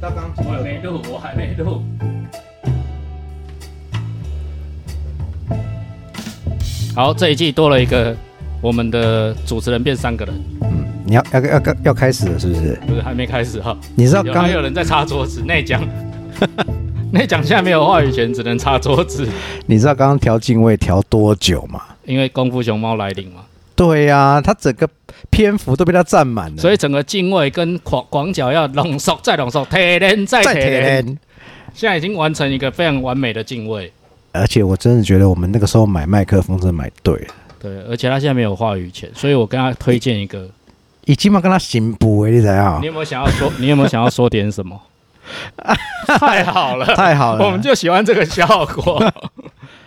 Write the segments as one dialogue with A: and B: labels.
A: 大纲
B: 我还没录，我还没录。
C: 好，这一季多了一个，我们的主持人变三个人，
D: 你要要要要要开始了是不是？
C: 不是还没开始哈？
D: 你知道
C: 有
D: 刚
C: 还有人在擦桌子，内讲， 内讲现在没有话语权，只能擦桌子，
D: 你知道刚刚调敬位调多久吗？
C: 因为功夫熊猫来临嘛，
D: 对呀、他整个篇幅都被他占满了，
C: 所
D: 以
C: 以整个敬畏跟广广角要浓缩再浓缩，铁人再
D: 再
C: 铁人，
D: 填。
C: 现在已经完成一个非常完美的敬畏。
D: 而且我真的觉得我们那个时候买麦克风真的买对了，
C: 对，而且他现在没有话语权，所以我跟他推荐一个，
D: 已经嘛跟他行补了，你怎样
C: 你？有没有想要说？ 你有没有想要说点 什么？太好了，
D: 太好了，
C: 我们就喜欢这个效果。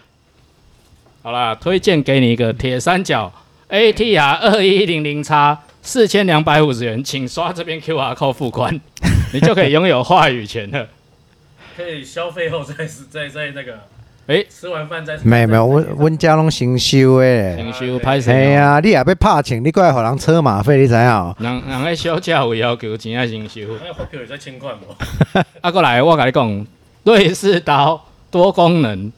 C: 好啦，推荐给你一个铁三角 ATR 二一零零叉四千两百五十元，请刷这边 QR code 付款，你就可以拥有话语权了。
B: 可以消费后再再再那个，
C: 哎
B: 吃完饭再
D: 没有没有，温温家拢行修诶。
C: 请修拍
D: 哎
C: 谁啊？
D: 呀，你也被怕请，你过来给人车马费，你怎样？
C: 人人个小姐有要求，钱爱先收。
B: 那发票也在千块嘛，
C: 啊，过来，我跟你讲，瑞士刀多功能，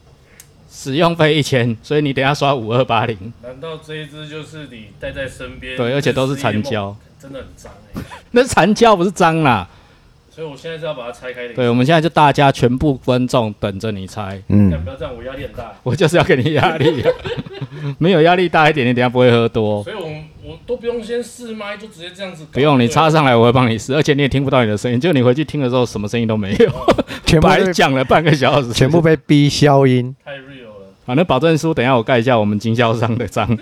C: 使用费一千，所以你等一下刷五二八零。
B: 难道这一只就是你带在身边？
C: 对，而且都是残胶，，
B: 真的很脏哎、
C: 那是残胶不是脏啦。
B: 所以我现在是要把它拆开的。
C: 对，我们现在就大家全部观众等着你猜。
D: 嗯
B: 但，不要这样，我压力很大。
C: 我就是要给你压力、 啊，没有压力大一点，你等一下不会喝多。
B: 所以我们我都不用先试麦，就直接这样子搞。
C: 不用你
B: 对啊
C: 插上来，我会帮你试，而且你也听不到你的声音，就你回去听的时候什么声音都没有，
D: 全部
C: 白
D: 被
C: 讲了半个小时。
D: 全部被逼消音。
B: 太 real 了。
C: 好，那保证书等一下我盖一下我们经销商的章。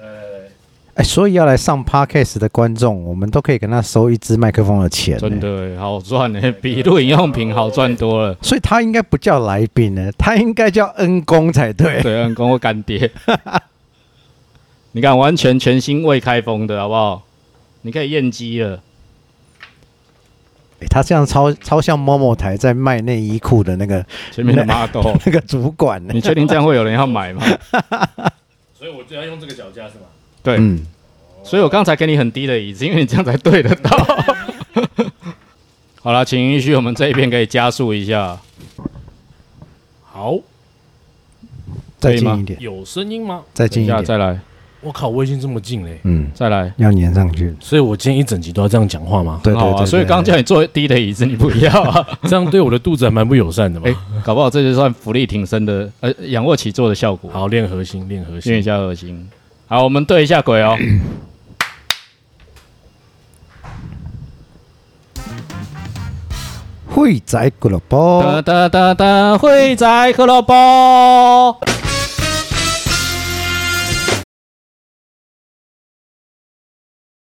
B: 呃，
D: 哎，所以要来上 podcast 的观众，我们都可以跟他收一支麦克风的钱。
C: 真，的好赚呢、比录影用品好赚多了。
D: 所以他应该不叫来宾呢，他应该叫恩公才对。
C: 对，恩公或干 爹，你看完全全新未开封的好不好？你可以验机了。
D: 哎他这样超超像某某台在卖内衣裤的那个
C: 前 面的 model，
D: 那个主管呢
C: 哦 你。确定这样会有人要买 吗？
B: 所以我就要用这个脚架是吗？
C: 对，
D: 嗯，
C: 所以我刚才给你很低的椅子，因为你这样才对 得到。好了，请允许我们这一边可以加速一下。好，
D: 再
C: 可以吗
D: 近一点，
E: 有声音吗？
D: 再
C: 等
D: 近
C: 一
D: 一
C: 下
D: 点。
C: 再来，
E: 我靠，我已经这么近嘞、
D: 嗯，
C: 再来，
D: 要粘上去。
E: 所以我今天一整集都要这样讲话吗？
D: 对
C: 好
D: 对
C: 啊。
D: 对，
C: 所以
D: 对
C: 刚刚叫你坐低的椅子，你不要啊。
E: 这样对我的肚子还蛮不友善的嘛。
C: 哎，搞不好这就算浮力挺身的，呃，仰卧起坐的效果。
E: 好，练核心，练核
C: 练一
E: 心。
C: 下核心。好，我们对一下鬼哦。
D: 会宰骨了
C: 哒
D: 包，
C: 哒哒哒，会宰胡萝卜。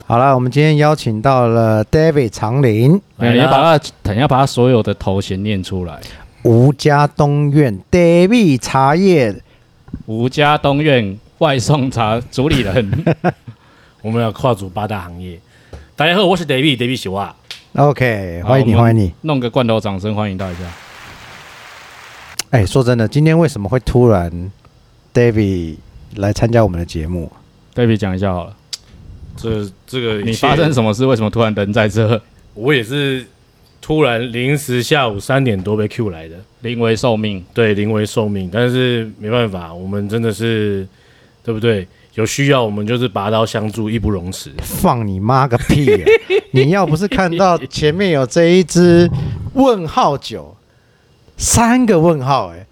D: 好了，我们今天邀请到了 David 长林、
C: 哎你要把它，等一下把它所有的头衔念出来。
D: 吴家东院 David 茶叶，
C: 吴家东院外送茶主理人。
E: 我们要跨足八大行业。大家好，我是 David，David 喜哇。
D: OK，
C: 好
D: 欢迎你，
C: 我们
D: 欢迎你。
C: 弄个罐头掌声欢迎大家。
D: 哎，说真的，今天为什么会突然 David 来参加我们的节目？
C: 对比讲一下好了，
E: 这这个
C: 你发生什么事？为什么突然人在这？
E: 我也是突然临时下午三点多被 Q 来的，
C: 临危受命，
E: 对，临危受命，但是没办法，我们真的是对不对？有需要我们就是拔刀相助，义不容辞。
D: 放你妈个屁、 啊！你要不是看到前面有这一支问号酒，三个问号、哎，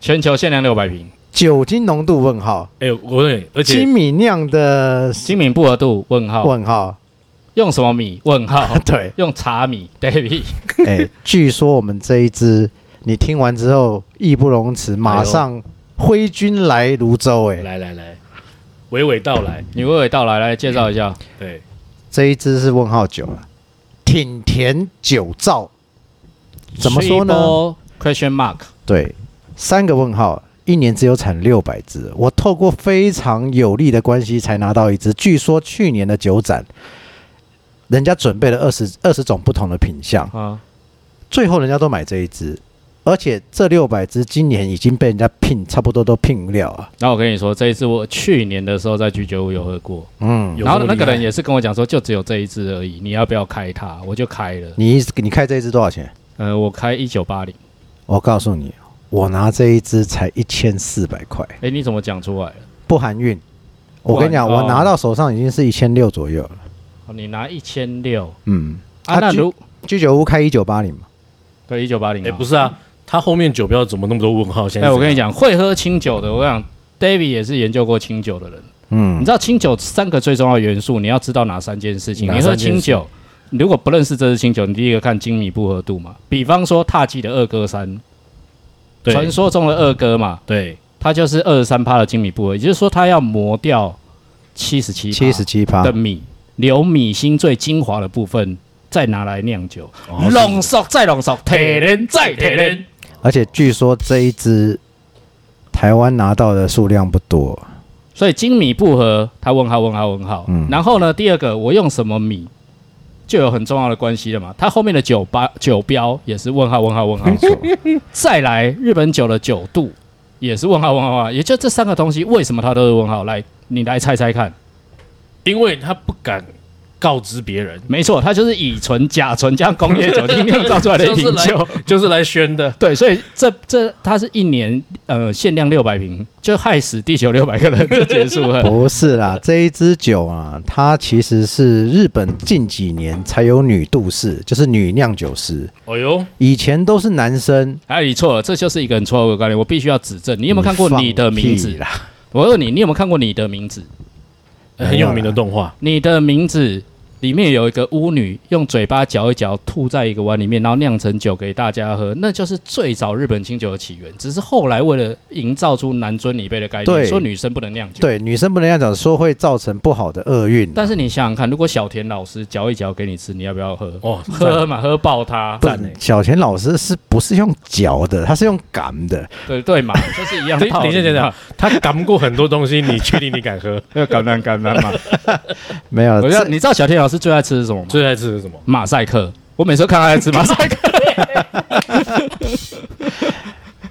C: 全球限量六百瓶，
D: 酒精浓度问号，
E: 哎、我对，而且
D: 精米酿的
C: 精米不合度？问号，
D: 问号，，
C: 用什么米？问号
D: 对，
C: 用茶米？David，
D: 哎、据说我们这一支，你听完之后义不容辞，马上挥军来泸州、哎，
E: 来来来，娓娓道来。
C: 你娓娓道来，来介绍一下。
E: 对，
D: 这一支是问号酒了，挺甜酒造，怎么说呢？
C: ？Question mark，
D: 对，三个问号，一年只有产六百支。我透过非常有利的关系才拿到一支。据说去年的酒展，人家准备了二十二十种不同的品相，
C: 啊，
D: 最后人家都买这一支。而且这六百只今年已经被人家聘，差不多都聘了啊。
C: 然后我跟你说，这一次我去年的时候在居酒屋有喝过，
D: 嗯，
E: 有
C: 然后
E: 这么
C: 那个
E: 厉害
C: 人也是跟我讲说，就只有这一只而已，你要不要开它？我就开了，
D: 你你开这一只多少钱？
C: 呃，我开一九八零。
D: 我告诉你，我拿这一只才一千四百块，
C: 哎，你怎么讲出来了？
D: 不含运。我跟你讲，
C: 不含
D: 我拿到手上已经是一千六左右了。
C: 哦你拿一千六
D: 嗯，
C: 啊？那
D: 居
C: 如
D: 居酒屋开一九八零嘛，
C: 对一九八零
E: 哎、，不是啊，他后面酒标怎么那么多问号？现在
C: 哎，我跟你
E: 讲，
C: 讲，会喝清酒的，我想 David 也是研究过清酒的人。你
D: 嗯，
C: 知道清酒三个最重要的元素，你要知道哪三件事情？
E: 哪
C: 你喝
E: 三件
C: 清酒，你如果不认识这支清酒，你第一个看精米不合度嘛。比方说踏迹的二哥山，传
E: 对
C: 说中的二哥嘛，
E: 对，
C: 它就是二十三趴的精米不合，也就是说它要磨掉七十七
D: 七十七趴
C: 的米，留米心最精华的部分，再拿来酿酒，
E: 哦
C: 浓缩再浓缩，铁人再铁人。
D: 而且据说这一只台湾拿到的数量不多，
C: 所以精米不合，他问号问号问号。
D: 嗯
C: 然后呢，第二个我用什么米，就有很重要的关系了嘛。它后面的酒吧酒标也是问号问号问号。 再来，日本酒的酒度也是问号问号问号。也就这三个东西，为什么它都是问号？来，你来猜猜看。
E: 因为他不敢告知别人，
C: 没错，它就是乙醇、甲醇加工业酒精酿造出来的一瓶
E: 就是
C: 酒。
E: 就是来宣的。
C: 对，所以这这它是一年呃限量六百瓶，就害死地球六百个人就结束了。
D: 不是啦，这一支酒啊，它其实是日本近几年才有女杜氏，就是女酿酒师，
E: 哦呦，
D: 以前都是男生。
C: 哎，你错了，这就是一个很错误的观念，我必须要指正。你有没有看过《你的名字
D: 你放屁》？啦？
C: 我问你，你有没有看过《你的名字》？《
E: 很有名的动画，
C: 你的名字》里面有一个巫女用嘴巴嚼一嚼，吐在一个碗里面，然后酿成酒给大家喝，那就是最早日本清酒的起源。只是后来为了营造出男尊女卑的概念，
D: 对
C: 说女生不能酿酒。。
D: 对，女生不能这样讲，说会造成不好的厄运。
C: 但是你想想看，如果小田老师嚼一嚼给你吃，你要不要喝？
E: 哦，
C: 喝嘛，喝爆它。
D: 不是小田老师是不是用嚼的？他是用擀的。
C: 对对嘛，就是一样
E: 等
C: 道 理嘛。
E: 等一下，等一下，他扛过很多东西，你确定你敢喝？
C: 要感染感染嘛。
D: 没有，
C: 我知道，
D: 这
C: 你知道小田老师最爱吃的是什么吗？
E: 最爱吃的是什么？
C: 马赛克。我每次都看他在吃 马赛克，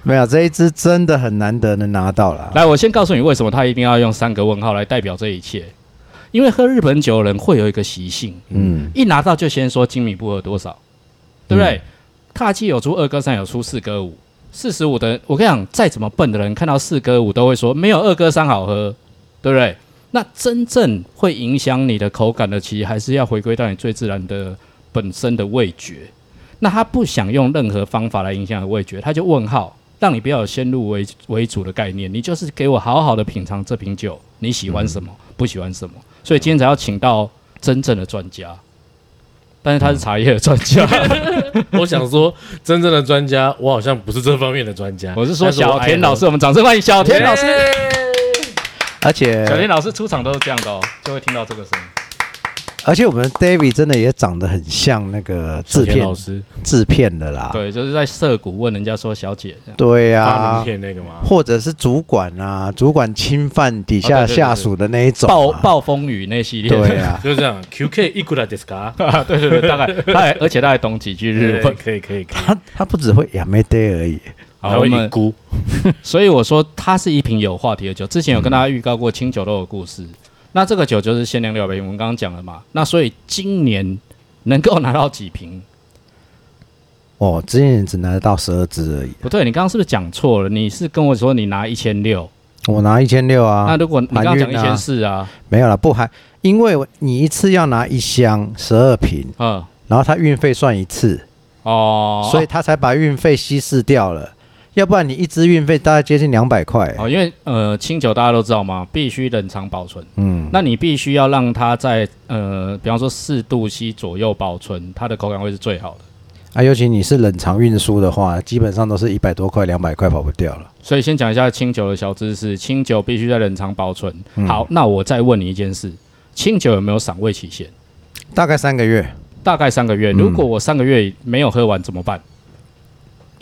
D: 没有这一支真的很难得能拿到啦。
C: 来，我先告诉你为什么他一定要用三个问号来代表这一切，因为喝日本酒的人会有一个习性，
D: 嗯，
C: 一拿到就先说精米不合多少，对不对？踏基有出二哥三，有出四哥五，四十五的人，我跟你讲，再怎么笨的人看到四哥五都会说没有二哥三好喝，对不对？那真正会影响你的口感的，其实还是要回归到你最自然的本身的味觉。那他不想用任何方法来影响你的味觉，他就问号，让你不要有先入为为主的概念，你就是给我好好的品尝这瓶酒，你喜欢什么，不喜欢什么。所以今天才要请到真正的专家，但是他是茶叶的专家，
E: 我想说，真正的专家，我好像不是这方面的专家。
C: 我是说
E: 但我
C: 小
E: 爱
C: 田
E: 喝
C: 老师，我们掌声欢迎小田老师。
D: 而
C: 小田
D: 且
C: 老师出场都是这样的哦，就会听到这个声音。
D: 而且我们 David 真的也长得很像那个制
E: 小田
D: 片
E: 老师
D: 制片的啦。
C: 对，就是在涩谷问人家说小姐这样。
D: 对呀、
E: 发名片那个吗？
D: 或者是主管啊，主管侵犯底
E: 哦对
D: 下
E: 对对
D: 下属的那一种、
C: 暴
D: 啊。
C: 暴风雨那系列，
D: 对啊，
E: 就是这样，QK いくらですか？
C: 啊， 对对对，大概，他还而且他还懂几句日
E: 对
C: 本。
E: 哎可以可以可以，
D: 他他不只会亚美爹而已。
E: 还
C: 好，我
E: 会
C: 们
E: 一估。
C: 所以我说它是一瓶有话题的酒。之前有跟大家预告过清酒肉的故事，那这个酒就是限量六百瓶，我们刚刚讲了嘛。那所以今年能够拿到几瓶？
D: 哦，之前只拿得到十二只而已，
C: 不对，你刚刚是不是讲错了？你是跟我说你拿一千六，
D: 我拿一千六啊
C: 那，如果你刚刚
D: 满
C: 讲一
D: 运啊
C: 千四啊，
D: 没有了，不含，因为你一次要拿一箱十二瓶，
C: 嗯，
D: 然后他运费算一次，
C: 哦，
D: 所以他才把运费稀释掉了，要不然你一支运费大概接近两百块。
C: 哦，因为呃，清酒大家都知道嘛，必须冷藏保存。
D: 嗯，
C: 那你必须要让它在呃，比方说四度 C 左右保存，它的口感会是最好的。
D: 啊，尤其你是冷藏运输的话，基本上都是一百多块、两百块跑不掉了。
C: 所以先讲一下清酒的小知识，清酒必须在冷藏保存。好，那我再问你一件事，清酒有没有赏味期限？
D: 大概三个月，
C: 大概三个月。如果我三个月没有喝完怎么办？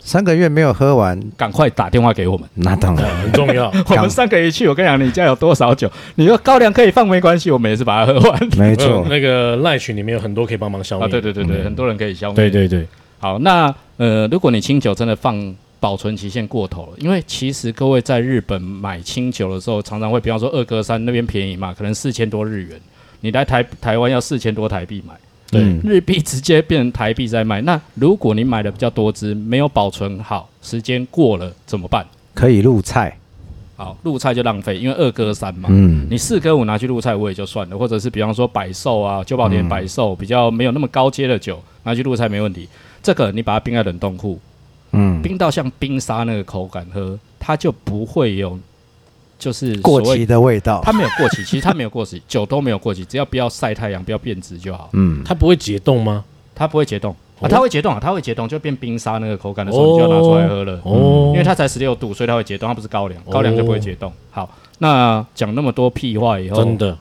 D: 三个月没有喝完，
C: 赶快打电话给我们。
D: 那当然。
E: 很重要。
C: 我们三个一去，我跟你讲，你家有多少酒？你说高粱可以放没关系，我们也是把它喝 完。
D: 没
E: 还有
D: 错，
E: 那个赖群里面有很多可以帮忙消
C: 啊，
E: 灭。
C: 对对对对，很多人可以消灭。
E: 对对对，
C: 好，那呃，如果你清酒真的放保存期限过头了。因为其实各位在日本买清酒的时候，常常会，比方说二哥山那边便宜嘛，可能四千多日元，你来台台湾要四千多台币买，
E: 对
D: 嗯
C: 日币直接变成台币在卖。那如果你买的比较多支，没有保存好，时间过了怎么办？
D: 可以入菜，
C: 好，入菜就浪费，因为二哥三嘛。
D: 嗯，
C: 你四跟五拿去入菜我也就算了，或者是比方说百寿啊、九宝田百寿、比较没有那么高阶的酒拿去入菜没问题。这个你把它冰在冷冻库，
D: 嗯，
C: 冰到像冰沙那个口感喝，它就不会有就是所
D: 过
C: 谓
D: 期，的味道，
C: 它没有过期，其实它没有过期， 酒都没有过期，只要不要晒太阳，不要变质就好，
D: 嗯，
E: 它不会解冻吗？
C: 它不会结冻啊，
E: 哦
C: 它会结冻啊，它会结冻就变冰沙那个口感的时候，你就要拿出来喝了。
E: 哦，
C: 嗯因为它才十六度，所以它会结冻，它不是高粱，
D: 哦
C: 高粱就不会结冻。好，那讲那么多屁话以后
E: 真，的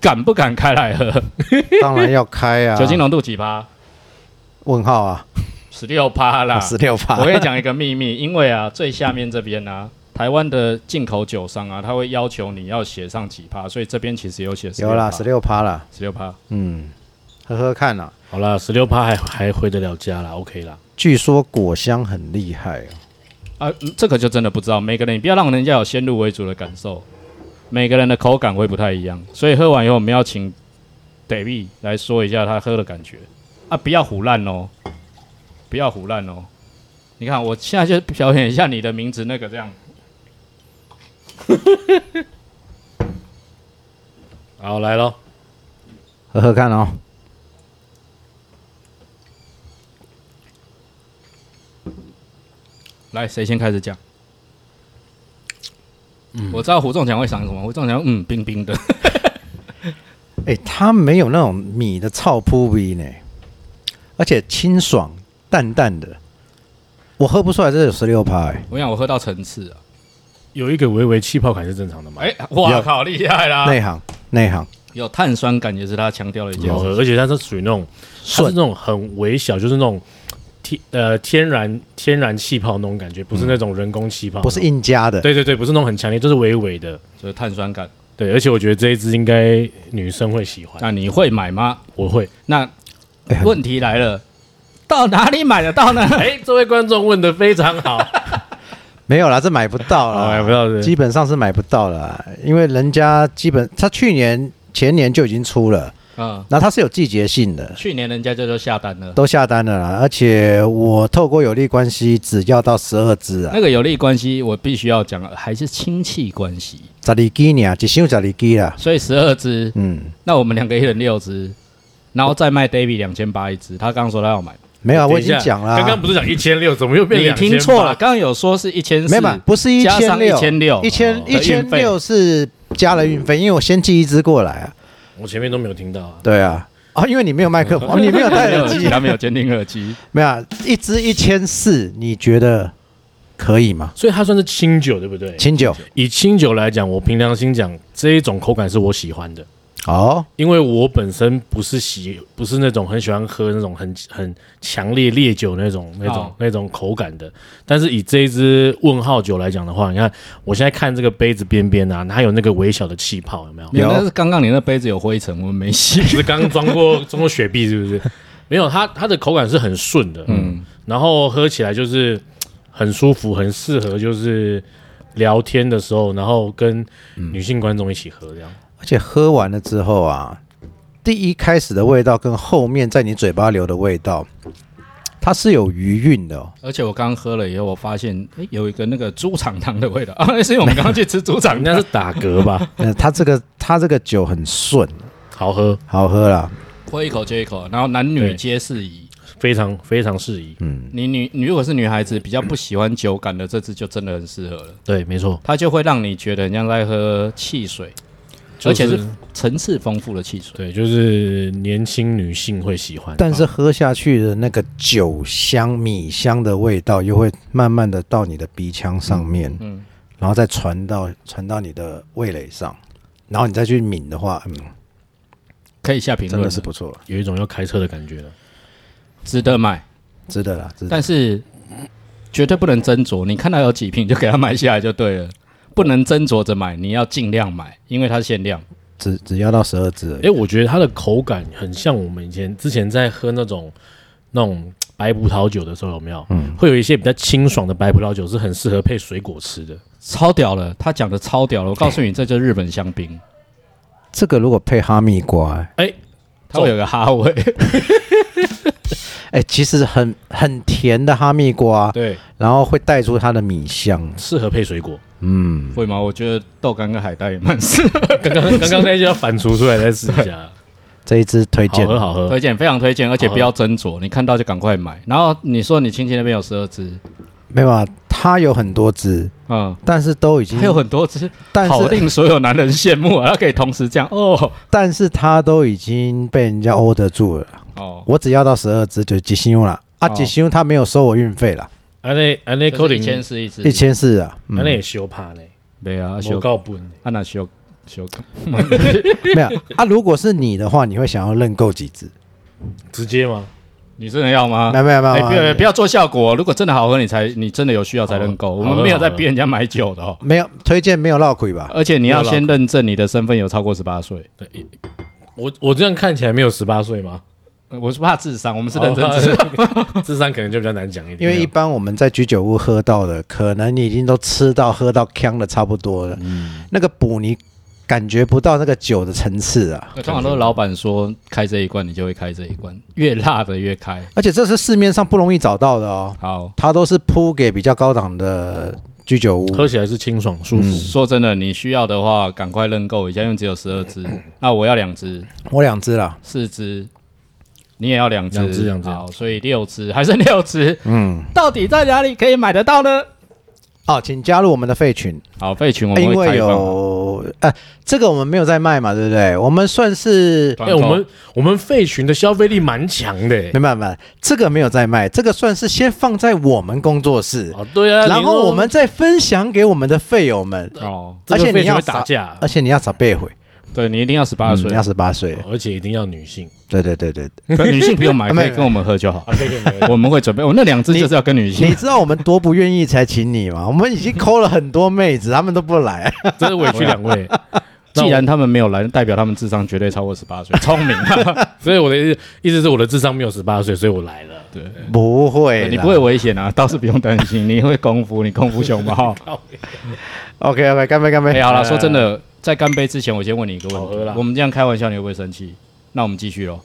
C: 敢不敢开 来喝？
D: 当然要开啊，
C: 酒精浓度几趴？
D: 问号啊，
C: 十六趴啦。
D: 十六 趴，
C: 我跟你讲一个秘密，因为啊，最下面这边啊，台湾的进口酒商啊，他会要求你要写上几趴，所以这边其实有写16
D: 有啦，十六趴啦，
C: 十六趴。
D: 嗯，喝喝看啊啦。
E: 好啦，十六趴还还回得了家啦，OK 啦。
D: 据说果香很厉害哦，
C: 啊、嗯这个就真的不知道，每个人你不要让人家有先入为主的感受，每个人的口感会不太一样，所以喝完以后我们要请 David 来说一下他喝的感觉啊，不要胡乱哦，不要胡乱哦。你看，我现在就表演一下你的名字那个这样，
E: 好，来咯，
D: 喝喝看哦，
C: 来，谁先开始讲？我知道胡仲强会想什么，胡仲强嗯，冰冰的，
D: 哎，它没有那种米的糙扑味呢，而且清爽淡淡的，我喝不出来这有十六趴，哎
C: 我想我喝到层次啊，
E: 有一个微微气泡感是正常的嘛？
C: 哎，哇
D: 有
C: 靠，厉害啦！
D: 内行内行
C: 有碳酸感也是他强调的一件
E: 有，
C: 事，
E: 哦而且它是属于那种，它是
D: 顺
E: 那种很微小，就是那种天呃天然天然气泡那种感觉，不是那种人工气泡，
D: 不是。硬加的，
E: 对对对，不是那种很强烈，就是微微的。
C: 就是碳酸感。
E: 对，而且我觉得这一支应该女生会喜欢，
C: 那你会买吗？
E: 我会。
C: 那
D: 哎很
C: 问题来了，到哪里买得 到呢？
E: 哎，这位观众问的非 常好，
D: 没有啦，这买不到
E: 好
D: 啦，
E: 买不到的。
D: 基本上是买不到了，因为人家基本它去年前年就已经出了，
C: 嗯，
D: 那它是有季节性的，
C: 去年人家就就下单了。
D: 都下单了啦。而且我透过有利关系只要到十二支啊
C: 那，个有利关系，我必须要讲，还是亲戚关系。
D: 十二支呢，一箱十二支啦。
C: 所以十二支，
D: 嗯，
C: 那我们两个一人六支，然后再卖 David 两千八一支。他刚刚说他要买，
D: 没有啊，
E: 等
D: 我
E: 一
D: 已
E: 下
D: 经讲了啊，
E: 刚刚不是讲一千六，怎么又变
C: 你
E: 两千？
C: 听错了，，刚刚有说是一千
D: 没
C: 四
D: 有，嘛，不是一
C: 加
D: 千
C: 上
D: 六，
C: 1600
D: 一千一
C: 的运
D: 千
C: 费
D: 六是加了运费，因为我先寄一支过来啊。
E: 我前面都没有听到啊。
D: 对啊，啊，因为你没有麦克风，哦你没有戴耳机，
C: 他没有监听耳机，
D: 没有啊，一支一千四，你觉得可以吗？
E: 所以它算是清酒，对不对？
D: 清酒，
E: 以清酒来讲，我凭良心讲，这一种口感是我喜欢的，
D: 哦，
E: 因为我本身不是喜，不是那种很喜欢喝那种很很强烈烈酒那种那种、
C: 哦
E: 那种口感的。但是以这一支问号酒来讲的话，你看我现在看这个杯子边边啊，它有那个微小的气泡，有没有？
C: 没有，那是刚刚你那杯子有灰尘，我们没洗。
E: 不是刚装过装过雪碧是不是？没有，它它的口感是很顺的，嗯，然后喝起来就是很舒服，很适合就是聊天的时候，然后跟女性观众一起喝这样。
D: 而且喝完了之后啊，第一开始的味道跟后面在你嘴巴留的味道，它是有余韵的、哦。
C: 而且我刚喝了以后，我发现诶有一个那个猪肠汤的味道 啊，那是因为我们刚刚去吃猪肠
E: 应该
C: 汤
E: 是。打嗝吧，
D: 呃，它这个它这个酒很顺，
E: 好喝，
D: 好喝啦。
C: 喝一口接一口，然后男女
E: 对
C: 皆适宜。
E: 非常非常适宜。
C: 你女你如果是女孩子比较不喜欢酒感的，这支就真的很适合了，
E: 对，没错，
C: 它就会让你觉得很像在喝汽水，
E: 就是
C: 而且是层次丰富的汽水。
E: 对，就是年轻女性会喜欢。
D: 但是喝下去的那个酒香、米香的味道，又会慢慢的到你的鼻腔上面，嗯，然后再传到传到你的味蕾上，然后你再去抿的话，嗯，
C: 可以下评
D: 真
C: 论
D: 的
C: 了，
D: 是不错，
E: 有一种要开车的感觉了。
C: 值得买，
D: 值得啦，值得。
C: 但是绝对不能斟酌。你看到有几瓶就给它买下来就对了，不能斟酌着买，你要尽量买，因为它限量。
D: 只只要到十二支而已
E: 哎、，我觉得它的口感很像我们以前之前在喝那种那种白葡萄酒的时候，有没有？嗯，会有一些比较清爽的白葡萄酒是很适合配水果吃的。
C: 超屌了，他讲的超屌了，我告诉你，这就是日本香槟，
D: 这个如果配哈密瓜、欸，
E: 哎，
C: 它会有个哈味，
D: 哎、其实很很甜的哈密瓜，
E: 对，
D: 然后会带出它的米香。
E: 适合配水 果。
D: 嗯，
C: 会吗？我觉得豆干跟海带也蛮适合，
E: 刚刚刚刚那就要反刍出来再试一下，
D: 这一支推
E: 好啊
D: 荐
E: 喝好喝。
C: 推荐非常推荐，而且
E: 好
C: 不要斟酌，你看到就赶快买。然后你说你亲戚那边有十二支，
D: 没办法，它有很多支，
C: 嗯，
D: 但是都已经
C: 还有很多支，
D: 但
C: 好
D: 是
C: 令所有男人羡慕啊！他可以同时这样哦
D: 但是它都已经被人家 order 住了。
C: 哦，
D: 我只要到十二支就吉星了啊，
C: 哦
D: 吉星他没有收我运费啦，
E: 安内安内扣
C: 就是一
E: 零，
C: 千是哎一支，
D: 一千四啊，
E: 安
D: 嗯
E: 内也修怕嘞，
C: 没啊，
E: 我
C: 修
E: 告不呢。
C: 啊那修修
D: 没有啊。如果是你的话，你会想要认购几支？
E: 直接吗？
C: 你真的要吗
D: 没？有没有没
C: 哎，
D: 有
C: 不
D: 没
C: 要
D: 有
C: 不要做效果，如果真的好喝，你才你真的有需要才能购。
E: 好
C: 我
E: 好
C: 们
E: 喝
C: 没有在
E: 好喝
C: 逼人家买酒的哦，
D: 没有推荐没有落亏吧？
C: 而且你要
E: 没有啦
C: 先认证你的身份有超过十八岁。
E: 我我这样看起来没有十八岁吗？
C: 呃我是怕智商，我们是认真
E: 哦
C: 智商。
E: 智商可能就比较难讲一
D: 因
E: 点，
D: 为一般我们在居酒屋喝到的，可能你已经都吃到喝到呛的差不多
C: 嗯
D: 了，
E: 嗯
D: 那个补你感觉不到那个酒的层次啊。
C: 通常都是老板说开这一罐，你就会开这一罐，越辣的越开。
D: 而且这是市面上不容易找到的哦，
C: 好，
D: 它都是铺给比较高档的居酒屋。
E: 喝起来是清爽舒服。
C: 说真的，你需要的话，赶快认购一下，因为只有十二 支。那我要两支，
D: 我两支啦，
C: 四支，你也要两支，
E: 两支两支
C: 好，所以六支还剩六支，
D: 嗯，
C: 到底在哪里可以买得到呢？
D: 哦，请加入我们的费群，
C: 好，费群我们
D: 因
C: 会
D: 为
C: 开放
D: 有呃，这个我们没有在卖嘛，对不对？我们算是
C: 团
E: 哎，
C: 购。
E: 我们我们费群的消费力蛮强的欸
D: 没。办法，这个没有在卖，这个算是先放在我们工作室，
E: 哦，对啊，
D: 然
E: 你
D: 后
E: 说
D: 我们再分享给我们的费友们。
C: 哦，
E: 这个
D: 而且
E: 费
D: 你
E: 群
D: 要
E: 会
D: 撒
E: 打架，
D: 而且你要找背回，
C: 对你一定要十八岁哦
D: 嗯，要十八岁，
E: 而且一定要女性。
D: 对对对对。对
C: 可女性不用买，
D: 没
C: 可以
D: 有
C: 跟我们喝就好。
E: 啊，可以可以可以
C: 我们会准备，哦我那两支就是要跟女
D: 你
C: 性。
D: 知道我们多不愿意才请你吗？我 们已经抠了很多妹子，他们都不 来。
E: 真是委屈两 位。
C: 既然他们没有来，代表他们智商绝对超过十八 岁，聪明。
E: 所以我的意思意思是我的智商没有十八岁，所以我来了。对，
D: 不会啦，
C: 你不会危险啊，倒是不用担心。你会功夫，你功夫熊猫。
D: OK OK，干杯干
C: 哎、
D: 杯。
C: 好了，
E: 来
C: 说真的，在干杯之前，我先问你一个
E: 好
C: 问
E: 喝
C: 题
E: 啦。
C: 哎我们这样开玩笑，你会不会生气？那我们继续喽。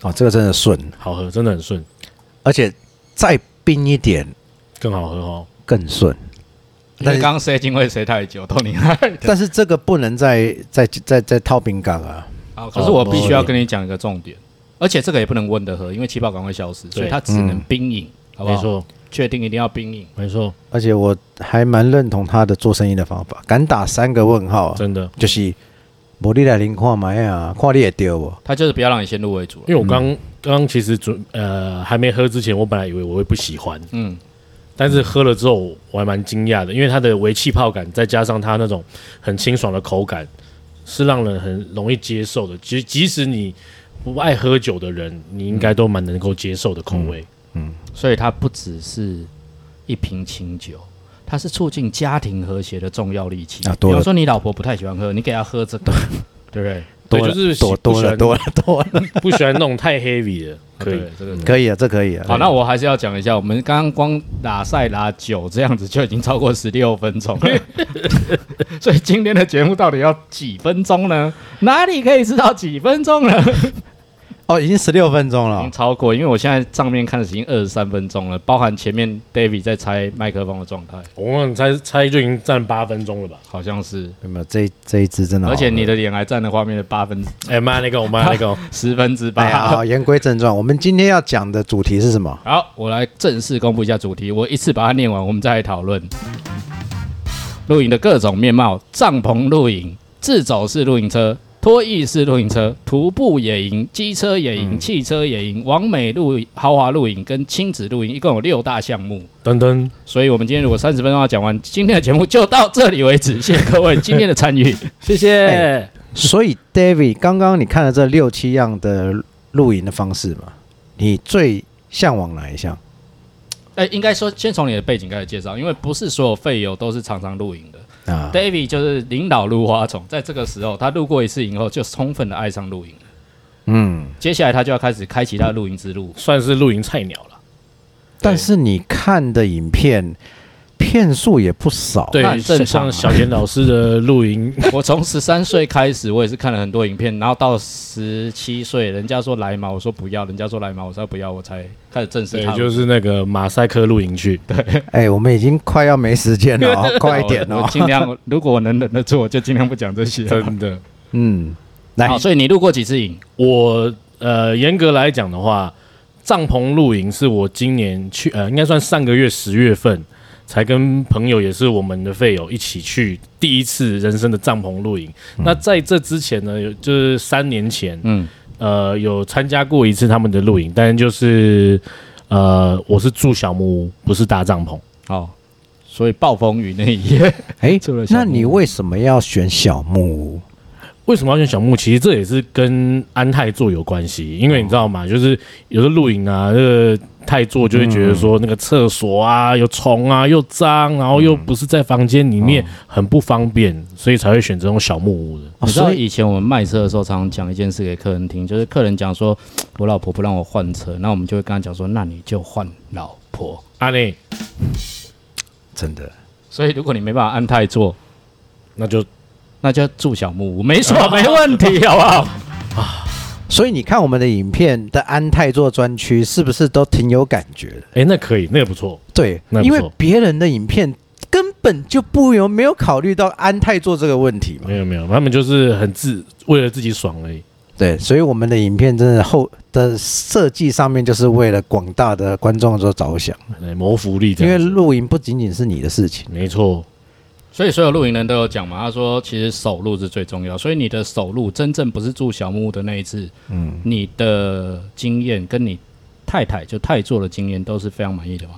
D: 哦，这个真的顺，
E: 好喝，真的很顺，
D: 而且再冰一点
E: 更好喝哦。
D: 更顺。
C: 因
D: 但
C: 为
D: 是
C: 刚刚塞金会塞太久，都你
D: 但是这个不能再再再再套冰杠啊。
C: 好，可是我必须要跟你讲一个重点，而且这个也不能温的喝，因为气泡感会消失，所以它只能冰饮，好不
E: 没
C: 好？
E: 错，
C: 确定一定要冰饮。
E: 没错，
D: 而且我还蛮认同他的做生意的方法，敢打三个问号啊，
E: 真的。
D: 就是无你来领看买啊，看你也丢不？
C: 它就是不要让你先入为主了。
E: 因为我
D: 嗯
E: 刚刚刚其实准呃还没喝之前，我本来以为我会不喜欢，
C: 嗯，
E: 但是喝了之后我还蛮惊讶的，因为它的微气泡感再加上它那种很清爽的口感，是让人很容易接受的。其实即使你不爱喝酒的人，你应该都蛮能够接受的口味。
C: 所以它不只是一瓶清酒，它是促进家庭和谐的重要利器。
D: 啊
C: 比
D: 多了
C: 方说你老婆不太喜欢喝，你给她喝这个，对不对？
E: 对，
D: 多了
E: 就是
D: 多
E: 不
D: 多
E: 喜
D: 了
E: 欢
D: 多了多了，
E: 不喜欢那种太 heavy 的，可以嗯
C: 对，这个
D: 可以啊，这可以啊。
C: 好，那我还是要讲一下，我们刚刚光拉赛拉九这样子就已经超过十六分钟了， 所以今天的节目到底要几分钟呢？哪里可以知道几分钟呢？已
D: 哦，已经十六分钟了
E: 嗯
C: 经。超过，因为我现在账面看的已经二十三分钟了，包含前面 David 在拆麦克风的状态，
E: 我忘了猜猜就已经占八分钟了吧？
C: 好像是，
D: 有没有？这这一支真的好
C: 而
D: 喝，
C: 且你的脸还占了画面的八分
E: 哎妈那个，我妈那个，
C: 十分之
D: 哎呀，
C: 八。
D: 好，言归正传，我们今天要讲的主题是什么？
C: 好，我来正式公布一下主题，我一次把它念完，我们再来讨论。露营的各种面貌：帐篷露营、自走式露营车、拖曳式露营车、徒步野营、机车野
D: 嗯
C: 营、汽车野营、完美露营、豪华露营跟亲子露营，一共有六大项目。
E: 噔噔，
C: 所以，我们今天如果三十分钟要讲完，今天的节目就到这里为止。谢谢各位今天的参与，
E: 谢谢。
D: 哎所以，David，刚刚你看了这六七样的露营的方式嘛，你最向往哪一项？
C: 哎，应该说先从你的背景开始介绍，因为不是所有废友都是常常露营的。
D: 啊，
C: David 就是领导入花丛，在这个时候，他露过一次营后，就充分的爱上露营。
D: 嗯，
C: 接下来他就要开始开启他的露营之 路。
E: 算是露营菜鸟了。
D: 但是你看的影片片数也不少，
E: 对
C: 那很，正
E: 像
C: 常啊
E: 像小田老师的露营，
C: 我从十三岁开始，我也是看了很多影片，然后到十七岁，人家说来嘛，我说不要，人家说来嘛，我说不要，我才开始正视
E: 对
C: 他，。
E: 就是那个马赛克露营区。
D: 哎，我们已经快要没时间了 哦，快一点
C: 我
D: 哦
C: 我，尽量，如果我能忍得住，我就尽量不讲这些。
E: 真的，
D: 嗯，来
C: 好，，所以你录过几次影？
E: 我呃，严格来讲的话，帐篷露营是我今年去呃，应该算上个月十月份才跟朋友，也是我们的费友一起去第一次人生的帐篷露营。那在这之前呢，有就是三年前，
C: 嗯，
E: 呃，有参加过一次他们的露营，但就是呃，我是住小木屋，不是搭帐篷。
C: 好，所以暴风雨那一夜，
D: 哎
C: 做了，小
D: 那你
C: 木屋
D: 为什么要选小木屋？
E: 为什么要选小木？其实这也是跟安泰座有关系，因为你知道吗？就是有的露营啊，这个泰座就会觉得说那个厕所
D: 嗯
E: 啊有虫啊又脏，然后又不是在房间里面，很不方便，所以才会选择用小木屋的。
D: 哦
C: 你知道
D: 所以
C: 以前我们卖车的时候，常常讲一件事给客人听，就是客人讲说，我老婆不让我换车，那我们就会跟他讲说，那你就换老婆。
E: 阿内，
D: 真的，
C: 所以如果你没办法安泰做，
E: 那就
C: 那就住小木屋，没错，没问 题，好不好？
D: 所以你看我们的影片的安泰座专区是不是都挺有感觉的？
E: 哎，那可以，那个不错。
D: 对，
E: 那不
D: 因
E: 错
D: 为别人的影片根本就不有没有考虑到安泰座这个问题嘛。
E: 没有没有，他们就是很自为了自己爽而已。
D: 对，所以我们的影片真的后的设计上面就是为了广大的观众做着想，
E: 哎谋福利这
D: 因为
E: 样子。
D: 露营不仅仅是你的事情。
E: 没错，
C: 所以所有露营人都有讲嘛，他说其实首露是最重要，所以你的首露真正不是住小木屋的那一次，嗯，你的经验跟你太太就太做的经验都是非常满意的嘛，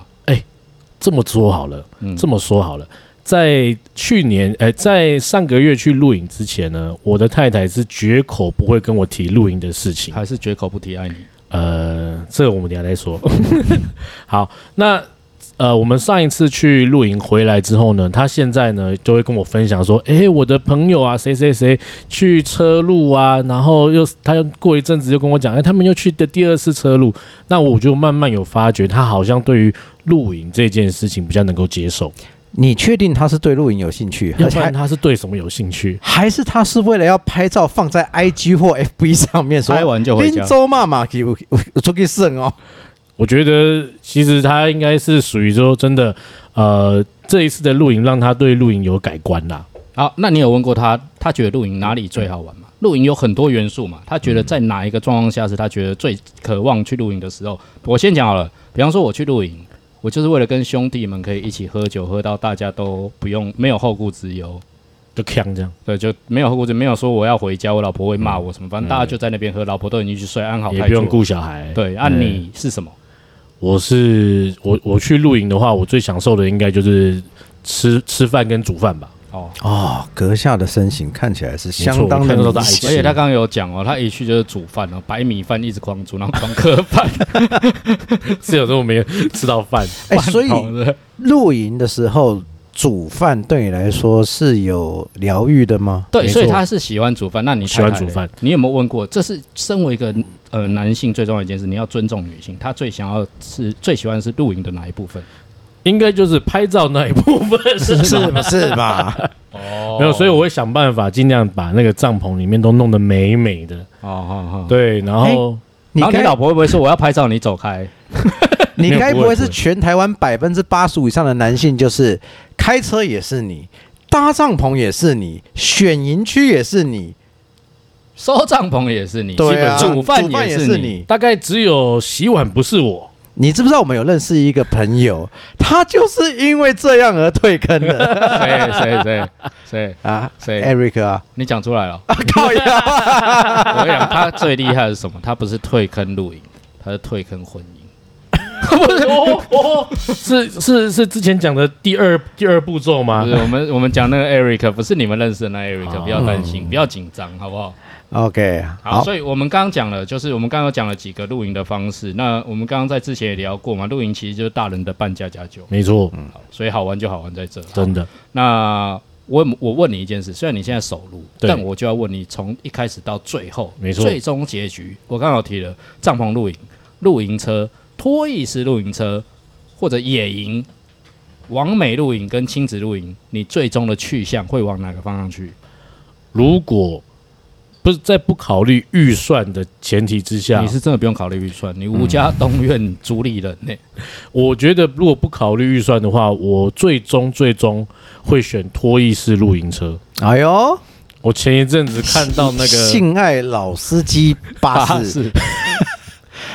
E: 这么说好了。
C: 嗯，
E: 这么说好了，在去年，呃，在上个月去露营之前呢，我的太太是绝口不会跟我提露营的事情。
C: 还是绝口不提爱你，
E: 呃，这个我们等一下再说。 好，那呃，我们上一次去露营回来之后呢，她现在呢就会跟我分享说，诶，我的朋友啊，谁谁谁去车路啊，然后又她又过一阵子就跟我讲，诶，他们又去的第二次车路。那我就慢慢有发觉，她好像对于露营这件事情比较能够接受。
D: 你确定他是对露营有兴趣，
E: 要
D: 而
E: 不
D: 且
E: 然
D: 还
E: 他是对什么有兴趣？
D: 还是他是为了要拍照放在 IG 或 FB 上面说
C: 拍完就回
D: 林
C: 家。
D: 州妈妈给我我出去省哦。
E: 我觉得其实他应该是属于说真的，呃，这一次的露营让他对露营有改观啦。
C: 好，那你有问过他，他觉得露营哪里最好
E: 嗯
C: 玩吗？露营有很多元素嘛，他觉得在哪一个状况下是他觉得最渴望去露营的时候？我先讲好了，比方说我去露营，我就是为了跟兄弟们可以一起喝酒，喝到大家都不用没有后顾之忧，
E: 就呛这样，
C: 对，就没有后顾之，没有说我要回家，我老婆会骂我什么，反正大家就在那边喝，老婆都已经去睡，安好
E: 嗯也
C: 太
E: 不用
C: 座。
E: 顾小孩。
C: 对，按、
E: 嗯
C: 你是什么？
E: 我是我我去露营的话，我最享受的应该就是吃吃饭跟煮饭吧。
C: 哦，
D: 哦，阁下的身形看起来是相当的
E: 没错我看到
D: 明
E: 他
D: 显
E: 是
C: 哎而且他刚刚有讲哦，他一去就是煮饭哦，白米饭一直狂煮，然后狂 磕饭，
E: 是有时候没有吃到饭，
D: 哎，所以
C: 好的
D: 露营的时候煮饭对你来说是有疗愈的吗？
C: 对，
E: 没
C: 所以
E: 错
C: 他是喜欢煮饭。那你
E: 喜欢
C: 太太
E: 煮
C: 嘞
E: 饭，
C: 你有没有问过？这是身为一个呃男性最重要的一件事，你要尊重女性。她最想要是最喜欢是露营的哪一部分？
E: 应该就是拍照那一部分 是
D: 是不是嘛？
C: 哦
E: 没有，所以我会想办法尽量把那个帐篷里面都弄得美美的。
C: 哦哦哦，
E: 对，然后
D: 你
C: 然后
D: 该
C: 你老婆会不会说我要拍照，你走开？
D: 你
E: 没有
D: 该
E: 不
D: 不
E: 会
D: 会
E: 不
D: 是
E: 会
D: 全台湾百分之八十五以上的男性，就是开车也是你，搭帐篷也是你，选营区也是你，
C: 收帐篷也是你，
D: 对啊，
C: 基本煮饭
D: 也
C: 是你。
D: 你。
E: 大概只有洗碗不是我。
D: 你知不知道我们有认识一个朋友，他就是因为这样而退坑 的
C: 谁谁谁谁
D: 啊
C: 谁？
D: ，Eric 啊，
C: 你讲出来了。
D: 啊 靠呀！
C: 我跟你讲，他最厉害的是什么？他不是退坑露营，他是退坑婚姻。
E: 哦哦， 是是是之前讲的第二第二步骤吗
C: 不？是我们我们讲那个 Eric，不是你们认识的那 Eric，
E: 哦
C: 不要担心，不要紧张，好不好？
D: OK，
C: 好，
D: 好，
C: 所以我们刚刚讲了，就是我们刚刚有讲了几个露营的方式。那我们刚刚在之前也聊过嘛，露营其实就是大人的半价加酒，
E: 没错，
C: 所以好玩就好玩在这。
E: 真的
C: 那我我问你一件事，虽然你现在首录，
E: 对
C: 但我就要问你，从一开始到最后，
E: 没错
C: 最终结局，我刚好提了帐篷露营、露营车、拖曳式露营车或者野营、完美露营跟亲子露营，你最终的去向会往哪个方向去？
E: 如果不是在不考虑预算的前提之下，
C: 你是真的不用考虑预算，你吴
E: 嗯
C: 家东院主理人呢、
E: 我觉得如果不考虑预算的话，我最终最终会选拖曳式露营车。
D: 哎呦，
E: 我前一阵子看到那个
D: 性爱老司机巴 士，
E: 士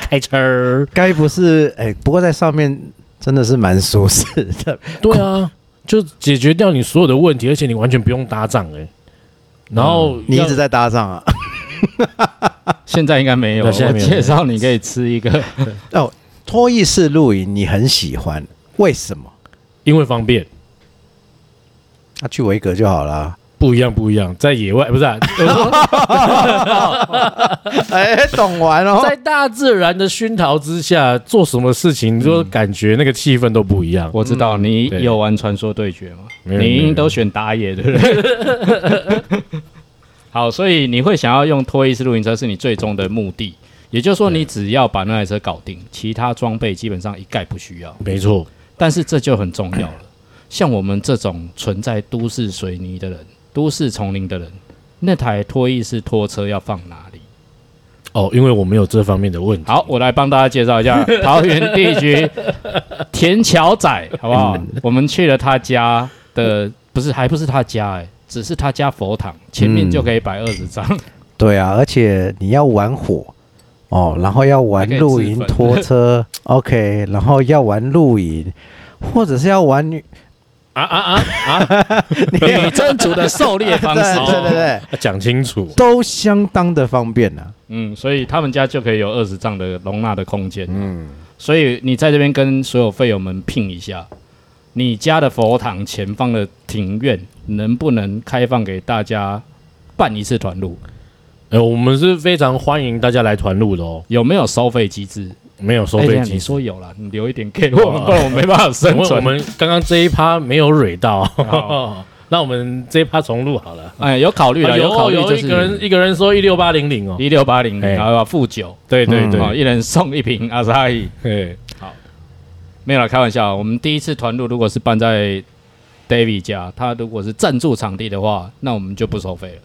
E: 开车，
D: 该不是哎？不过在上面真的是蛮舒适的，
E: 对啊，就解决掉你所有的问题，而且你完全不用搭帐哎、然后
D: 嗯你一直
E: 在
D: 在搭帐 啊？
C: 现在应该没有，
E: 那现在
C: 我
E: 没有
C: 介绍你可以吃一 个，
D: 哦，脱衣式露营你很喜欢，为什么？
E: 因为方便。
D: 那、去维格就好啦。
E: 不一样，不一样，在野外不是、啊，我说
D: 哎，懂玩哦。
E: 在大自然的熏陶之下，做什么事情，就感觉那个气氛都不一样。
C: 嗯我知道你
E: 嗯对
C: 有玩传说对决吗？
E: 没有没
C: 你
E: 有
C: 应都选打野，对不对？ 好，所以你会想要用拖曳式露营车是你最终的目的，也就是说，你只要把那台车搞定，其他装备基本上一概不需要。
E: 没错，
C: 但是这就很重要 了，像我们这种存在都市水泥的人、都市丛林的人，那台拖曳式拖车要放哪里？
E: 哦，因为我们有这方面的问题。
C: 好，我来帮大家介绍一 下桃园地区田桥仔，好不好？我们去了他家的，不是，还不是他家、哎，只是他家佛堂前面
D: 嗯
C: 就可以摆二十张，
D: 对啊，而且你要玩火哦，然后要玩露营拖车，OK，然后要玩露营，或者是要玩女，
E: 啊啊啊啊！
C: 女真族的狩猎方式。
D: 对对对对，
E: 要讲清楚。
D: 都相当的方便啊。
C: 嗯，所以他们家就可以有二十丈的容纳的空间。嗯，所以你在这边跟所有费友们拼一下，你家的佛堂前方的庭院能不能开放给大家办一次团路？
E: 呃，我们是非常欢迎大家来团路的哦，
C: 有没有收费机制？
E: 没有收
C: 哎等一
E: 费
C: 下
E: 机
C: 你
E: 制。
C: 说有了，你留一点给我们，不然我没办法
E: 因
C: 生
E: 哦为我
C: 存。
E: 们刚刚这一趴没有 蕊到
C: 好，
E: 那我们这一趴重录好了。
C: 哎，有考虑
E: 啊
C: 了，考虑就
E: 有一个人
C: 是
E: 一个人说一六八零零哦，
C: 一六八零
E: 哎
C: 零，好吧，负九，
E: 对对
D: 嗯
C: 好
E: 对，
C: 哦一人送一瓶阿萨伊。
E: 对，
C: 没有啦，开玩笑。我们第一次团路如果是办在 David 家，他如果是赞助场地的话，那我们就不收费了。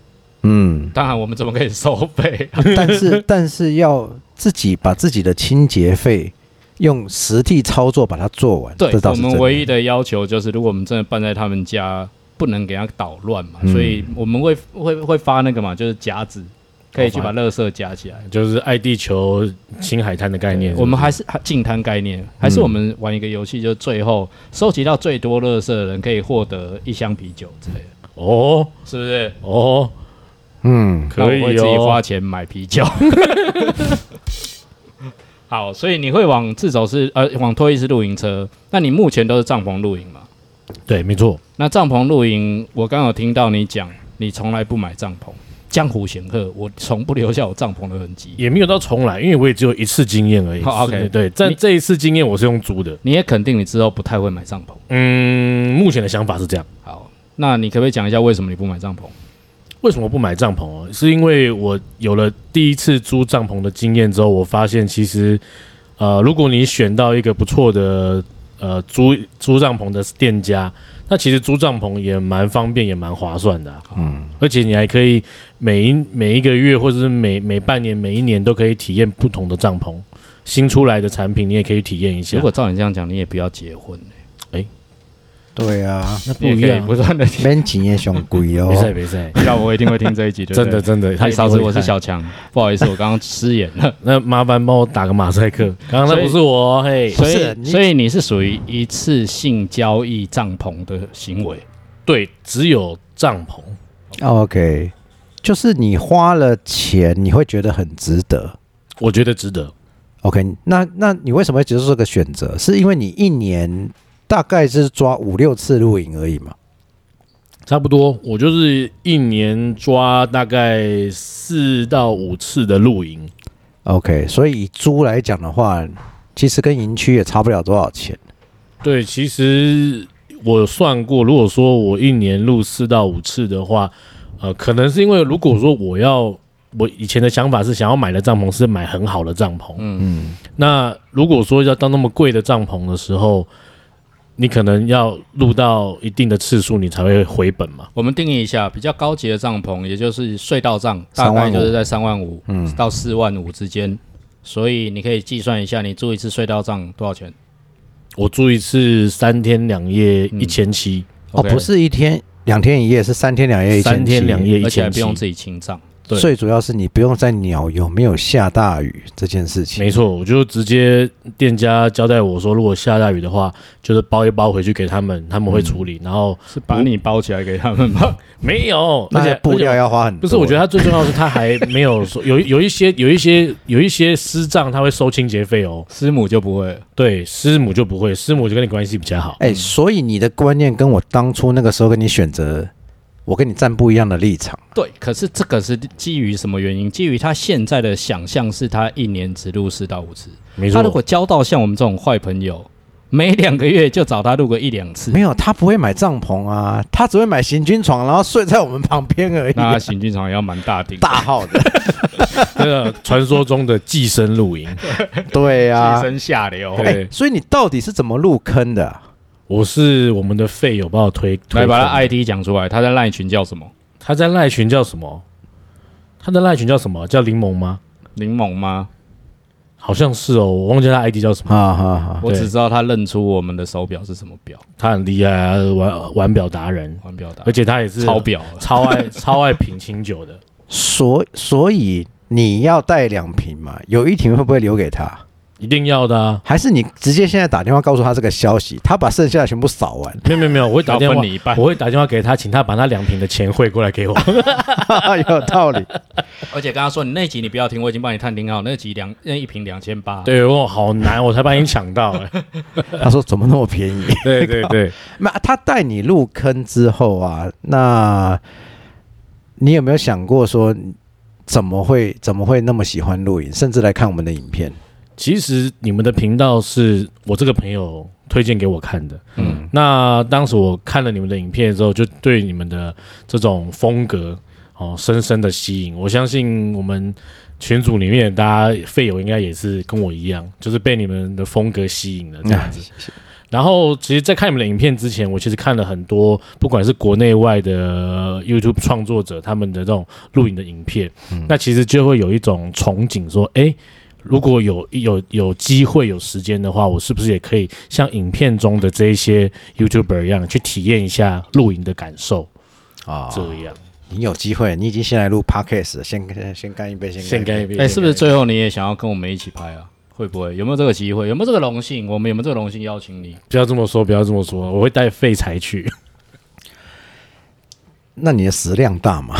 D: 嗯，
C: 当然，我们怎么可以收 费、啊？
D: 但是 但是要自己把自己的清洁费用实地操作把它做完，
C: 对
D: 这，倒
C: 我
D: 是
C: 们
D: 真的
C: 唯一的要求就是，如果我们真的办在他们家，不能给他捣乱嘛，
E: 嗯
C: 所以我们会会会发那个嘛，就是夹子，可以去把垃圾夹起来。
E: 就是爱地球新海滩的概念。
C: 我们还是还净滩概念，还
E: 嗯
C: 是我们玩一个游戏，就是最后收集到最多垃圾的人可以获得一箱啤酒之类的，
E: 哦
C: 是不是？
E: 哦，
D: 嗯，
E: 可以
C: 那我会自己花
E: 哦。
C: 钱买啤酒。 好，所以你会往自走式呃往拖曳式露营车，那你目前都是帐篷露营嘛？
E: 对，没错，
C: 那帐篷露营，我刚有听到你讲，你从来不买帐篷，江湖显赫，我从不留下我帐篷的痕迹。
E: 也没有到重来，因为我也只有一次经验而已。
C: 好，OK
E: 是对，但
C: 你
E: 这一次经验我是用租的。
C: 你也肯定你之后不太会买帐篷。
E: 嗯，目前的想法是这样。
C: 好，那你可不可以讲一下为什么你不买帐篷？
E: 为什么不买帐篷哦？是因为我有了第一次租帐篷的经验之后，我发现其实，呃，如果你选到一个不错的呃租租帐篷的店家，那其实租帐篷也蛮方便，也蛮划算的、嗯，而且你还可以每一每一个月或者是每每半年、每一年都可以体验不同的帐篷，新出来的产品你也可以体验一下。
C: 如果照你这样讲，你也不要结婚、
D: 对啊，
E: 那
C: 你也可以不断的 听。
D: 免钱也上贵哦
E: 没。赛没赛，
C: 知道我一定会听这一集，对不
E: 真
C: 对
E: 的真的，
C: 嗨，嫂子，我是
E: 小。
C: 小强，不好意思，我刚刚失言 了。
E: 那麻烦帮我打个马赛克，刚刚那不是我哦，嘿，
C: 所
D: 不是
C: 以，
D: 你
C: 所以你是属于一次性交易帐篷的行为，
E: 对，只有帐篷，
D: OK，就是你花了钱，你会觉得很值得。
E: 我觉得值得。
D: OK，那那你为什么会接受这个选择？是因为你一年大概是抓五六次露营而已嘛？
E: 差不多，我就是一年抓大概四到五次的露营，
D: OK，所以以租来讲的话，其实跟营区也差不了多少钱。
E: 对，其实我算过，如果说我一年录四到五次的话，呃，可能是因为如果说我要，我以前的想法是想要买的帐篷是买很好的帐篷，嗯嗯，那如果说要到那么贵的帐篷的时候，你可能要录到一定的次数，你才会回本嘛。
C: 我们定义一下，比较高级的帐篷，也就是隧道帐，大概
D: 35,000
C: 就是在三万五嗯到四万五之间。所以你可以计算一下，你住一次隧道帐多少钱？
E: 我住一次三天两夜一千七，
D: 哦，
C: OK
D: 不，是一天两天哎一夜，是三天两夜，
E: 三天两。夜一
C: 而且还
E: 千
C: 不
E: 七，
C: 用自己清帐。
E: 对
D: 最主要是你不用再鸟有没有下大雨这件事情。
E: 没错，我就直接店家交代我说，如果下大雨的话，就是包一包回去给他们，他们会处理。然后
C: 是把你包起来给他们吧？
E: 嗯没有，而
D: 那
E: 且
D: 布料
E: 而且
D: 要花很多。啊
E: 不是，我觉得他最重要的是他还没有说有有一些有一些有一些师丈他会收清洁费哦，
C: 师母就不会了。
E: 对，师母就不会，师母就跟你关系比较好。
D: 哎、所以你的观念跟我当初那个时候跟你选择，我跟你站不一样的立场。
C: 对，可是这个是基于什么原因？基于他现在的想象是他一年只录四到五次。
E: 没
C: 他如
E: 错
C: 果，交到像我们这种坏朋友，每两个月就找他录个一两 次
D: 没，有，他不会买帐篷啊，他只会买行军床，然后睡在我们旁边而已、
C: 那他行军场也要蛮大 顶的。
D: 大号的，
E: 那个传说中的寄生露营，
D: 对啊
B: 低。声下流。
D: 哎、
E: 对
D: 所以你到底是怎么入坑的啊、
E: 我是我们的费友帮我推，推
C: 来把
E: 坑
C: 他 ID 讲出来，他在赖群叫什么？
E: 他在赖群叫什么？他的赖群叫什么？叫柠檬吗？
C: 柠檬吗？
E: 好像是哦，我忘记他 ID 叫什么。
D: 哈哈哈！
C: 我只知道他认出我们的手表是什么表，
E: 他很厉害啊，玩玩表达人，
C: 腕表达
E: 而，且他也是
C: 超表了。
E: 超爱超爱品清酒的。
D: 所所以你要带两瓶嘛，有一瓶会不会留给他？
E: 一定要的啊！
D: 还是你直接现在打电话告诉他这个消息，他把剩下的全部扫完，
E: 没有没有没有，我会打
C: 然
E: 电
C: 后
E: 话
C: 分你一半，
E: 我会打电话给他，请他把那两瓶的钱汇过 来给我。
D: 有道理。
C: 而且跟他说，你那集你不要听，我已经帮你探听好，那集两那一瓶两千八。，
E: 对，我好难，我才把你抢到、欸。
D: 他说怎么那么便宜？
E: 对对对，
D: 那他带你入坑之后啊，那你有没有想过说怎么会怎么会那么喜欢露营，甚至来看我们的影片？
E: 其实你们的频道是我这个朋友推荐给我看的。
C: 嗯，
E: 那当时我看了你们的影片之后，就对你们的这种风格哦深深的吸引。我相信我们群组里面大家费友应该也是跟我一样，就是被你们的风格吸引了
D: 嗯
E: 这
D: 啊
E: 样子。然后，其实，在看你们的影片之前，我其实看了很多，不管是国内外的呃 YouTube 创作者他们的这种录影的影片，那其实就会有一种憧憬，说，诶，如果有有有机会有时间的话，我是不是也可以像影片中的这一些 YouTuber 一样，去体验一下露营的感受？
D: 啊
E: 这样，
D: 你有机会，你已经先来录 podcast，了先先先干一杯，先
E: 先干一
D: 杯。
E: 杯。
C: 哎，是不是
E: 先干一杯
C: 最后你也想要跟我们一起拍啊？会不会有没有这个机会？有没有这个荣幸？我们有没有这个荣幸邀 请你？
E: 不要这么说，不要这么说，我会带废材去。
D: 那你的食量大嘛？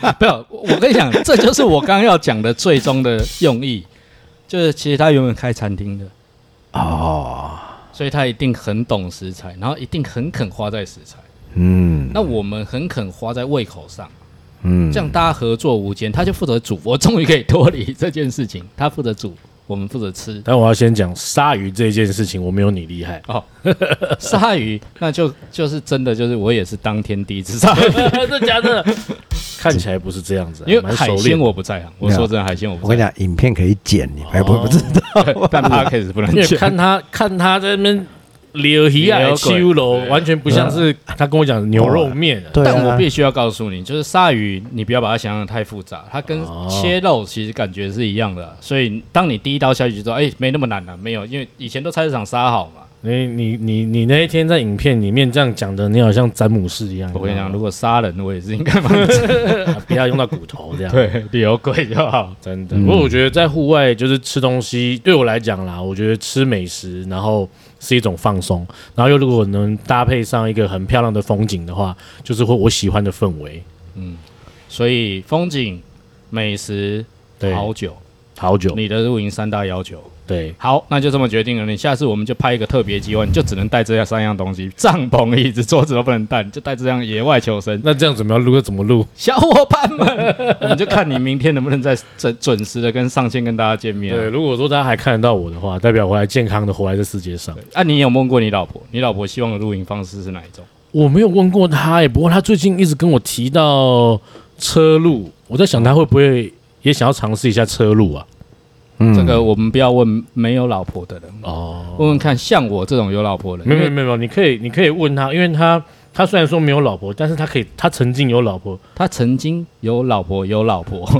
C: 啊不要，我跟你讲，这就是我刚刚要讲的最终的用意，就是其实他原本开餐厅的，
D: 哦，
C: 所以他一定很懂食材，然后一定很肯花在食材。
D: 嗯
C: 那我们很肯花在胃口上，
D: 嗯
C: 这样大家合作无间。他就负责煮，我终于可以脱离这件事情，他负责煮，我们负责吃。。
E: 但我要先讲鲨鱼这件事情，我没有你厉害
C: 哦，鲨鱼，那就就是真的，就是我也是当天第一次 鲨鱼，
E: 真的假的？看起来不是这样子啊，
C: 因为
E: 蛮
C: 海
E: 熟
C: 鲜
E: 练的。
C: 我不在行。我说真的，海鲜我
D: 我
C: 不
D: 跟你
C: 在
D: 讲，影片可以剪，你还不会不知道。
C: 行，但 podcast 不能
E: 因为
C: 讲。
E: 看他看他在那边撩鱼啊、嗯
C: 撩
E: 七
C: 鬼
E: 楼，完全不像是他跟我讲牛肉面啊。
D: 对啊
C: 但我必须要告诉你，就是鲨鱼，你不要把它想象得太复杂，它跟
E: 哦
C: 切肉其实感觉是一样的啊。所以当你第一刀下去之后，哎、没那么难了、没有，因为以前都菜市场杀好嘛。
E: 你你你你那一天在影片里面这样讲的，你好像詹姆士一样。
C: 我跟你讲，
E: 知
C: 如果杀人，我也是应该 帮你吃
E: 道吗，不要用到骨头这样。
C: 对旅游贵就好。
E: 真的。不过我觉得在户外就是吃东西，对我来讲啦，我觉得吃美食，然后是一种放松，然后又如果能搭配上一个很漂亮的风景的话，就是会我喜欢的氛围。
C: 所以风景、美食、
E: 对，
C: 好酒，
E: 好酒，
C: 你的露营三大要求。
E: 对，
C: 好，那就这么决定了。你下次我们就拍一个特别计划，你就只能带这三样东西：帐篷、椅子、桌子都不能带，你就带这样野外求生。
E: 那这样怎么样录？要怎么录？
C: 小伙伴 们，我们就看你明天能不能在准准时的跟上线跟大家见面啊、
E: 对，如果说大家还看得到我的话，代表我还健康的活在这世界上。
C: 啊，你有问过你老婆？你老婆希望的露营方式是哪一种？
E: 我没有问过他耶，不过他最近一直跟我提到车路，我在想他会不会也想要尝试一下车路啊？
D: 嗯
C: 这个我们不要问没有老婆的人，
E: 哦，
C: 问问看像我这种有老婆的
E: 没
C: 人，
E: 有
C: 因
E: 没
C: 为
E: 有没有，你可以你可以问他，因为他他虽然说没有老婆，但是他可以，他曾经有老婆，
C: 他曾经有老婆，有老婆，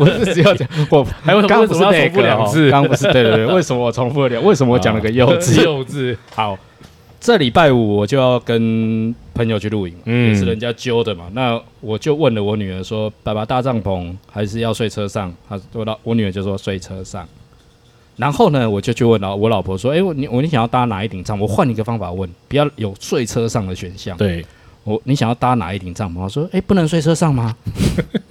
C: 我是只要讲我
E: 还有
C: 刚不是那
E: 重复
C: 个
E: 两
C: 哦
E: 次，
C: 刚不是对对对，为什么我重复了点？为什么我讲了个幼稚？
E: 幼稚，
C: 好，这礼拜五我就要跟朋友去露营嘛，
E: 嗯
C: 也是人家揪的嘛。那我就问了我女儿说：“爸爸搭帐篷还是要睡车上？”她我老我女儿就说睡车上。然后呢，我就去问老我老婆说：“哎、我你我你想要搭哪一顶帐篷？我换一个方法问，不要有睡车上的选项。
E: 对，
C: 我你想要搭哪一顶帐篷？”她说：“哎、不能睡车上吗？”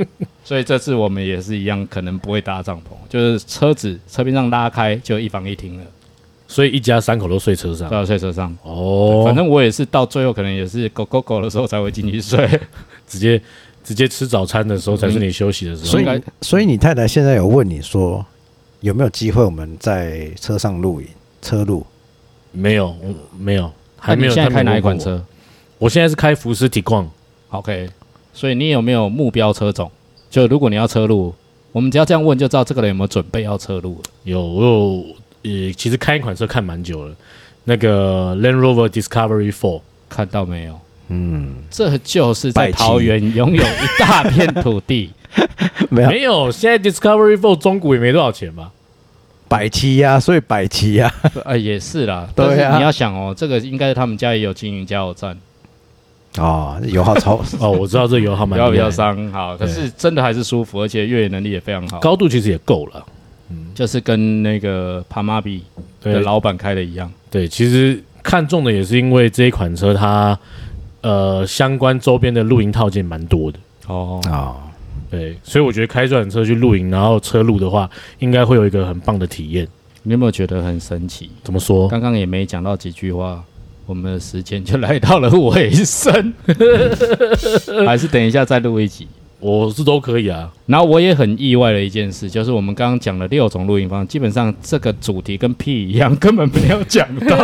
C: 所以这次我们也是一样，可能不会搭帐篷，就是车子车边上拉开就一房一厅了，
E: 所以一家三口都睡车上
C: 都。要睡车上。
E: 哦，
C: 反正我也是到最后可能也是狗狗狗的时候才会进去 睡，
E: 直接直接吃早餐的时候才是你休息的时候。
D: 所以
C: 应该
D: 你所以你太太现在有问你说有没有机会我们在车上露营车路？
E: 没有，我没有，还
C: 那
E: 没
C: 你
E: 有。
C: 现在
E: 他没
C: 开
E: 有
C: 哪一款
E: 问过我？
C: 车
E: 我现在是开福斯体矿，
C: ？OK，所以你有没有目标车种？就如果你要车路，我们只要这样问就知道这个人有没有准备要车路了。
E: 有我有呃，其实开一款车看蛮久了，那个 Land Rover Discovery Four，
C: 看到没有？
D: 嗯，
C: 这就是在
D: 拜祭
C: 桃园拥有一大片土 地，
D: 没有
E: 没有，现在 Discovery Four 中古也没多少钱 吧？
D: 百七呀、所以百七呀、
C: 呃，也是啦。
D: 对啊
C: 但是你要想哦，这个应该他们家也有经营加油站，
D: 哦，油耗超，
E: 哦，我知道这油耗
C: 不
E: 蛮
C: 要不
E: 厉害
C: 要
E: 的
C: 伤好，可是真的还是舒服，而且越野能力也非常好，
E: 高度其实也够了。
C: 就是跟那个帕玛比的
E: 对
C: 老板开的一样。
E: 对，其实看中的也是因为这一款车它呃相关周边的露营套件蛮多的。
C: 哦，
D: 哦，
E: 对，所以我觉得开这款车去露营，然后车路的话，应该会有一个很棒的体验。
C: 你有没有觉得很神奇？
E: 怎么说？
C: 刚刚也没讲到几句话，我们的时间就来到了尾声，还是等一下再录一集。
E: 我是都可以啊。
C: 然后我也很意外的一件事，就是我们刚刚讲了六种录音方式，基本上这个主题跟屁一样，根本没有讲到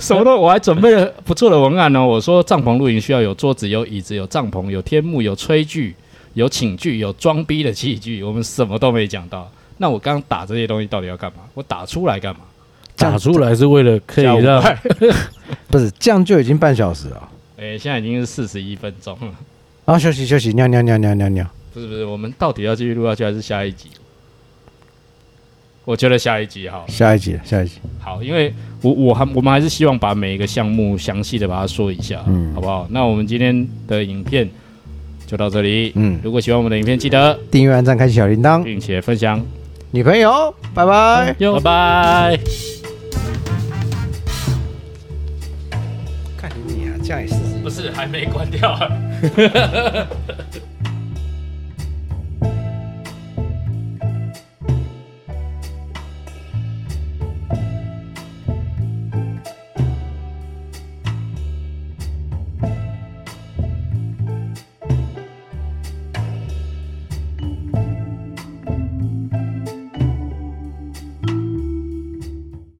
C: 什么都。我还准备了不错的文案哦，我说帐篷露营需要有桌子、有椅子、有帐篷、有天幕、有炊具、有寝具、有装逼的器具，我们什么都没讲到。那我刚刚打这些东西到底要干嘛？我打出来干嘛？
D: 这样
E: 打出来是为了可以
C: 加五
E: 让
C: 块
D: 不是这样就已经半小时了，
C: 诶，现在已经是四十一分钟了，
D: 然后休息休息，尿尿尿尿尿尿，
C: 不是不是，我们到底要继续录下去还是下一集？我觉得下一集好
D: 下一集了下一集，
C: 好，因为我我还我们还是希望把每一个项目详细的把它说一下，
D: 嗯
C: 好不好？那我们今天的影片就到这里，
D: 嗯
C: 如果喜欢我们的影片，记得
D: 订阅、按赞、开启小铃铛，
C: 并且分享，
D: 女朋友，拜拜。
C: 哟
E: 拜拜。
D: 看你啊，这样也是。
C: 不是还没关掉、啊。